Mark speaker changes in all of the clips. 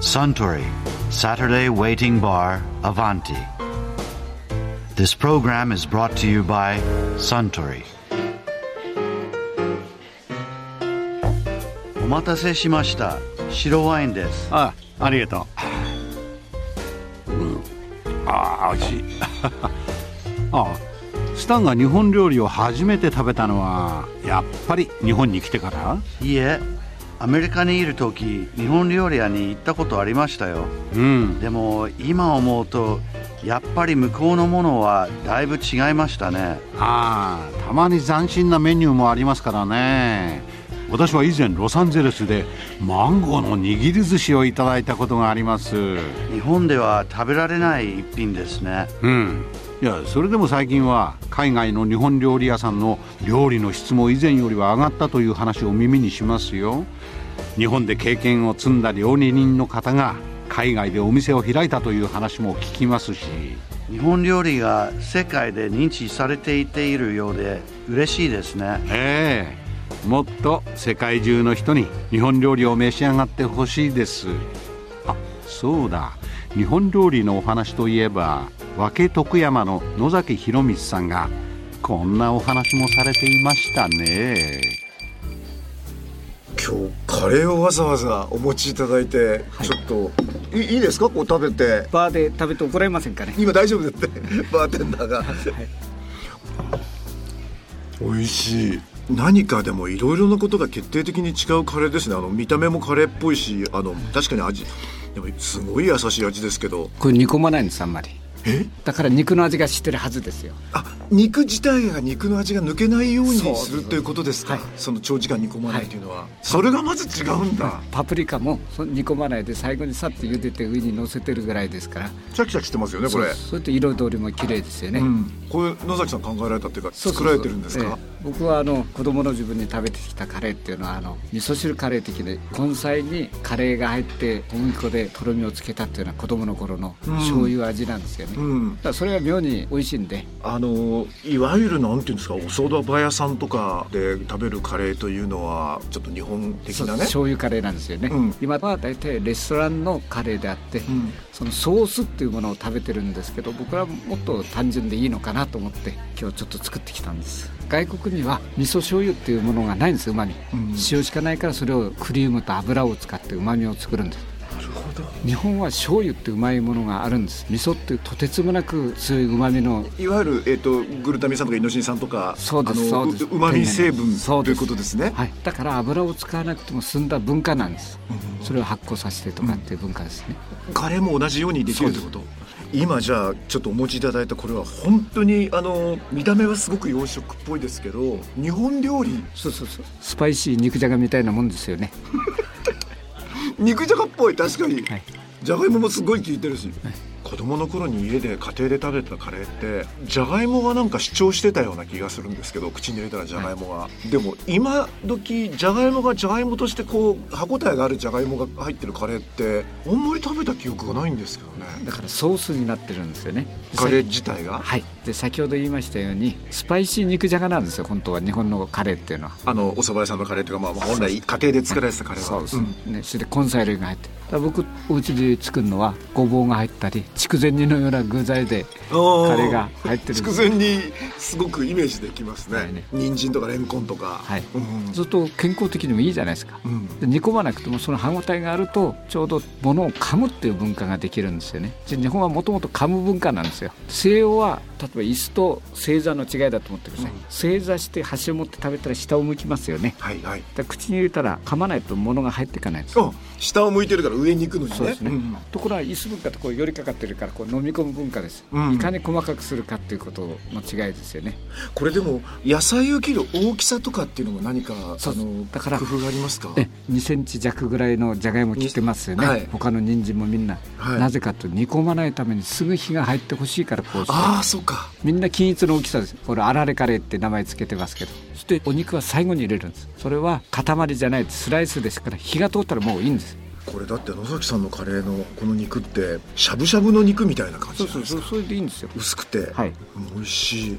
Speaker 1: Suntory, Saturday Waiting Bar, Avanti. This program is brought to you by Suntory. お待たせしました。白ワインです。
Speaker 2: あありがとう。ああ、美味しい。 ああ、スタンが日本料理を初めて食べたのは、やっぱり日本に来てから
Speaker 1: いいえ、アメリカにいる時、日本料理屋に行ったことありましたよ。
Speaker 2: うん。
Speaker 1: でも今思うと、やっぱり向こうのものはだいぶ違いましたね。
Speaker 2: ああ、たまに斬新なメニューもありますからね。私は以前ロサンゼルスでマンゴーの握り寿司をいただいたことがあります。
Speaker 1: 日本では食べられない一品ですね。
Speaker 2: うん。いや、それでも最近は海外の日本料理屋さんの料理の質も以前よりは上がったという話を耳にしますよ。日本で経験を積んだ料理人の方が海外でお店を開いたという話も聞きますし。
Speaker 1: 日本料理が世界で認知されていているようで嬉しいですね。
Speaker 2: ええもっと世界中の人に日本料理を召し上がってほしいですあそうだ日本料理のお話といえば和気徳山の野崎博光さんがこんなお話もされていましたね
Speaker 3: 今日カレーをわざわざお持ちいただいて、ちょっといいいですかこう食べて
Speaker 4: バーで食べて怒られませんかね
Speaker 3: 今大丈夫だって バーテンダーが、美味しい何かでもいろいろなことが決定的に違うカレーですねあの見た目もカレーっぽいしあの確かに味でもすごい優しい味ですけど
Speaker 4: これ煮込まないんですあんまりだから肉の味がしてるはずですよ
Speaker 3: あ肉自体が肉の味が抜けないように
Speaker 4: そう
Speaker 3: するということですか、
Speaker 4: はい
Speaker 3: その長時間煮込まないというのは、それがまず違うんだ
Speaker 4: パプリカもそ煮込まないで最後にさっと茹でて上に乗せてるぐらいですから
Speaker 3: シャキシャキしてますよねこ
Speaker 4: そ
Speaker 3: れ
Speaker 4: うそれと彩りも綺麗ですよね、
Speaker 3: うん、これ野崎さん考えられたっていうか
Speaker 4: そうそうそ
Speaker 3: 作
Speaker 4: う
Speaker 3: られてるんですか、
Speaker 4: ええ僕はあの子供の自分に食べてきたカレーっていうのはあの味噌汁カレー的で根菜にカレーが入って小麦粉でとろみをつけたっていうのは子供の頃の醤油味なんですよね、
Speaker 3: うん
Speaker 4: だからそれが妙に美味しいんで
Speaker 3: あのいわゆるなんていうんですかお蕎麦屋さんとかで食べるカレーというのはちょっと日本的
Speaker 4: そう
Speaker 3: なね
Speaker 4: 醤油カレーなんですよね、
Speaker 3: うん
Speaker 4: 今は大体レストランのカレーであって、
Speaker 3: ん
Speaker 4: そのソースっていうものを食べてるんですけど僕らはもっと単純でいいのかなと思って今日ちょっと作ってきたんです外国には味噌醤油っていうものがないんですうまみ、塩しかないからそれをクリームと油を使ってうまみを作るんです日本は醤油ってうまいものがあるんです味噌っていうとてつもなく強いうまみの
Speaker 3: いわゆる、えっとグルタミン酸とかイノシン酸とか
Speaker 4: そうです
Speaker 3: あ
Speaker 4: そ
Speaker 3: の
Speaker 4: うです
Speaker 3: まみ成分
Speaker 4: そう
Speaker 3: とい
Speaker 4: で
Speaker 3: うことですね、
Speaker 4: はい、だから油を使わなくても済んだ文化なんです、それを発酵させてとかっていう文化ですね、
Speaker 3: カレーも同じようにできるということ今じゃあちょっとお持ちいただいたこれは本当にあの見た目はすごく洋食っぽいですけど日本料理
Speaker 4: そうそうそうスパイシー肉じゃがみたいなもんですよね
Speaker 3: 肉じゃがっぽい確かに、
Speaker 4: はい
Speaker 3: じゃがいももすごい効いてるし、子供の頃に家で家庭で食べたカレーってじゃがいもがなんか主張してたような気がするんですけど口に入れたらじゃがいもが、でも今時じゃがいもがじゃがいもとしてこう歯応えがあるじゃがいもが入ってるカレーってあんまり食べた記憶がないんですけどね
Speaker 4: だからソースになってるんですよね
Speaker 3: カレー
Speaker 4: さ
Speaker 3: 自体が、
Speaker 4: はいで先ほど言いましたようにスパイシー肉じゃがなんですよ本当は日本のカレーっていうのは
Speaker 3: あのお蕎麦屋さんのカレーというか、まあ、本来家庭で作られてたカレーは
Speaker 4: そうです、
Speaker 3: ん
Speaker 4: ねそれで根菜類が入ってだから僕お家で作るのはごぼうが入ったり筑前煮のような具材で
Speaker 3: おー
Speaker 4: カレーが入ってるんで
Speaker 3: 筑
Speaker 4: す
Speaker 3: 前にすごくイメージできますね、
Speaker 4: はいね
Speaker 3: 人参とかレンコンとか、
Speaker 4: はい
Speaker 3: うん
Speaker 4: ずっと健康的にもいいじゃないですか、
Speaker 3: うん
Speaker 4: で煮込まなくてもその歯ごたえがあるとちょうど物を噛むっていう文化ができるんですよねで日本はもともと噛む文化なんですよ西洋は例えば椅子と正座の違いだと思ってください、正座して箸を持って食べたら下を向きますよね
Speaker 3: はいはい
Speaker 4: だから口に入れたら噛まないと物が入っていかないんですよ
Speaker 3: あ下を向いてるから上に行くのにね
Speaker 4: そうですね、
Speaker 3: ん
Speaker 4: ところが椅子文化とこう寄りかかってるからこう飲み込む文化です、
Speaker 3: うん
Speaker 4: いかに細かくするかっていうことの違いですよね
Speaker 3: これでも野菜を切る大きさとかっていうのも何かあ
Speaker 4: そう
Speaker 3: の
Speaker 4: だから
Speaker 3: 工夫がありますか
Speaker 4: え2センチ弱ぐらいのじゃがいも切ってますよね、
Speaker 3: はい
Speaker 4: 他の人参もみんな、
Speaker 3: はい
Speaker 4: なぜかというと煮込まないためにすぐ火が入ってほしいからこうして
Speaker 3: ああそうか
Speaker 4: みんな均一の大きさですこれあられカレーって名前つけてますけどそしてお肉は最後に入れるんですそれは塊じゃないスライスですから火が通ったらもういいんです
Speaker 3: これだって野崎さんのカレーのこの肉ってしゃぶしゃぶの肉みたいな感じじゃないですか
Speaker 4: それでいいんですよ
Speaker 3: 薄くて、
Speaker 4: はい
Speaker 3: 美味しい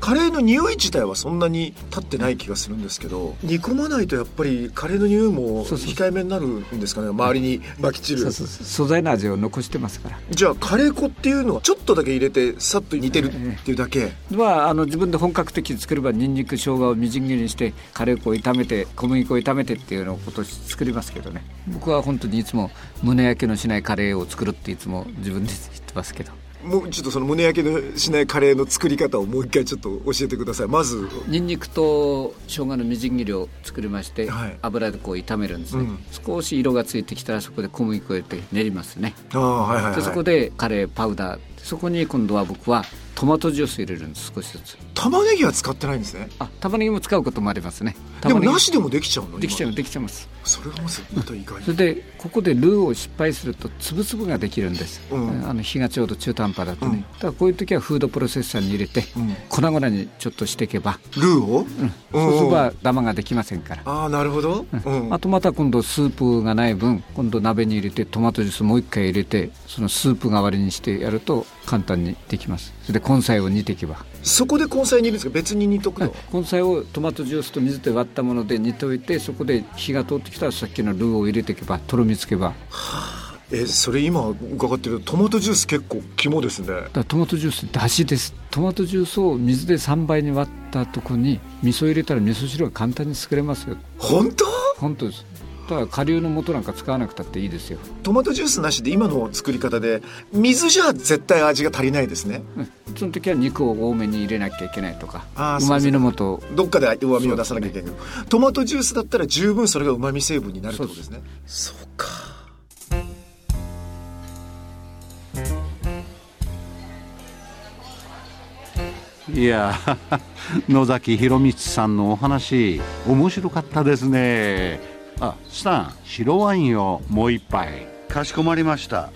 Speaker 3: カレーの匂い自体はそんなに立ってない気がするんですけど煮込まないとやっぱりカレーの匂いも
Speaker 4: そうそう
Speaker 3: 控えめになるんですかね周りにまき散
Speaker 4: そう
Speaker 3: る
Speaker 4: そうそう素材の味を残してますから
Speaker 3: じゃあカレー粉っていうのはちょっとだけ入れてさっと煮てるっていうだけ
Speaker 4: まあ、あの自分で本格的に作ればにんにく生姜をみじん切りにしてカレー粉を炒めて小麦粉を炒めてっていうのを今年作りますけどね僕は本当にいつも胸焼けのしないカレーを作るっていつも自分で言ってますけど
Speaker 3: もうちょっとその胸焼けのしないカレーの作り方をもう一回ちょっと教えてくださいまず
Speaker 4: にんにくと生姜のみじん切りを作りまして、
Speaker 3: はい
Speaker 4: 油でこう炒めるんですね、
Speaker 3: うん
Speaker 4: 少し色がついてきたらそこで小麦粉を入れて練りますね
Speaker 3: ああはいはい、
Speaker 4: でそ
Speaker 3: は
Speaker 4: こ
Speaker 3: い、
Speaker 4: でカレーパウダーそこに今度は僕はトマトジュース入れるんです少しずつ
Speaker 3: 玉ねぎは使ってないんですね
Speaker 4: あ玉ねぎも使うこともありますね
Speaker 3: でも
Speaker 4: 玉ねぎ
Speaker 3: なしでもできちゃうの
Speaker 4: できちゃう
Speaker 3: 今
Speaker 4: できちゃいます
Speaker 3: それがまずまた意外
Speaker 4: それでここでルーを失敗すると粒々ができるんです、
Speaker 3: うん
Speaker 4: あの火がちょうど中途半端だとね、
Speaker 3: うん
Speaker 4: だからこういう時はフードプロセッサーに入れて、
Speaker 3: うん
Speaker 4: 粉々にちょっとしていけば、
Speaker 3: ルーを、
Speaker 4: そうすれ
Speaker 3: あ
Speaker 4: ばダマができませんから、
Speaker 3: あーなるほど、うん
Speaker 4: あとまた今度スープがない分今度鍋に入れてトマトジュースもう一回入れてそのスープ代わりにしてやると簡単にできますそれで根菜を煮ていけば
Speaker 3: そこで根菜煮るんですか別に煮とくの、
Speaker 4: 根菜をトマトジュースと水で割ったもので煮ておいてそこで火が通ってきたらさっきのルーを入れていけばとろみつけば
Speaker 3: えそれ今伺ってるとトマトジュース結構肝ですね
Speaker 4: だからトマトジュースだしですトマトジュースを水で3倍に割ったとこに味噌入れたら味噌汁が簡単に作れますよ
Speaker 3: 本当
Speaker 4: 本当ですだから顆粒の素なんか使わなくたっていいですよ
Speaker 3: トマトジュースなしで今の作り方で水じゃ絶対味が足りないですね
Speaker 4: うんその時は肉を多めに入れなきゃいけないとか
Speaker 3: あー
Speaker 4: う
Speaker 3: そう
Speaker 4: ま
Speaker 3: そう
Speaker 4: みの素を
Speaker 3: どっかで旨味を出さなきゃいけないけど、トマトジュースだったら十分それが旨味成分になるってことですねそうか
Speaker 2: いや 野崎博光さんのお話面白かったですねあスタン白ワインをもう一杯
Speaker 1: かしこまりました。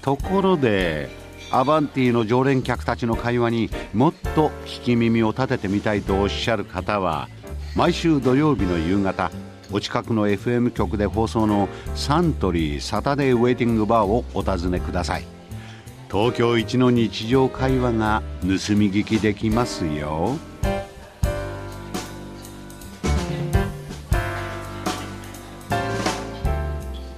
Speaker 2: ところでアバンティの常連客たちの会話にもっと聞き耳を立ててみたいとおっしゃる方は毎週土曜日の夕方お近くの FM 局で放送のサントリーサタデーウェイティングバーをお尋ねください東京一の日常会話が盗み聞きできますよ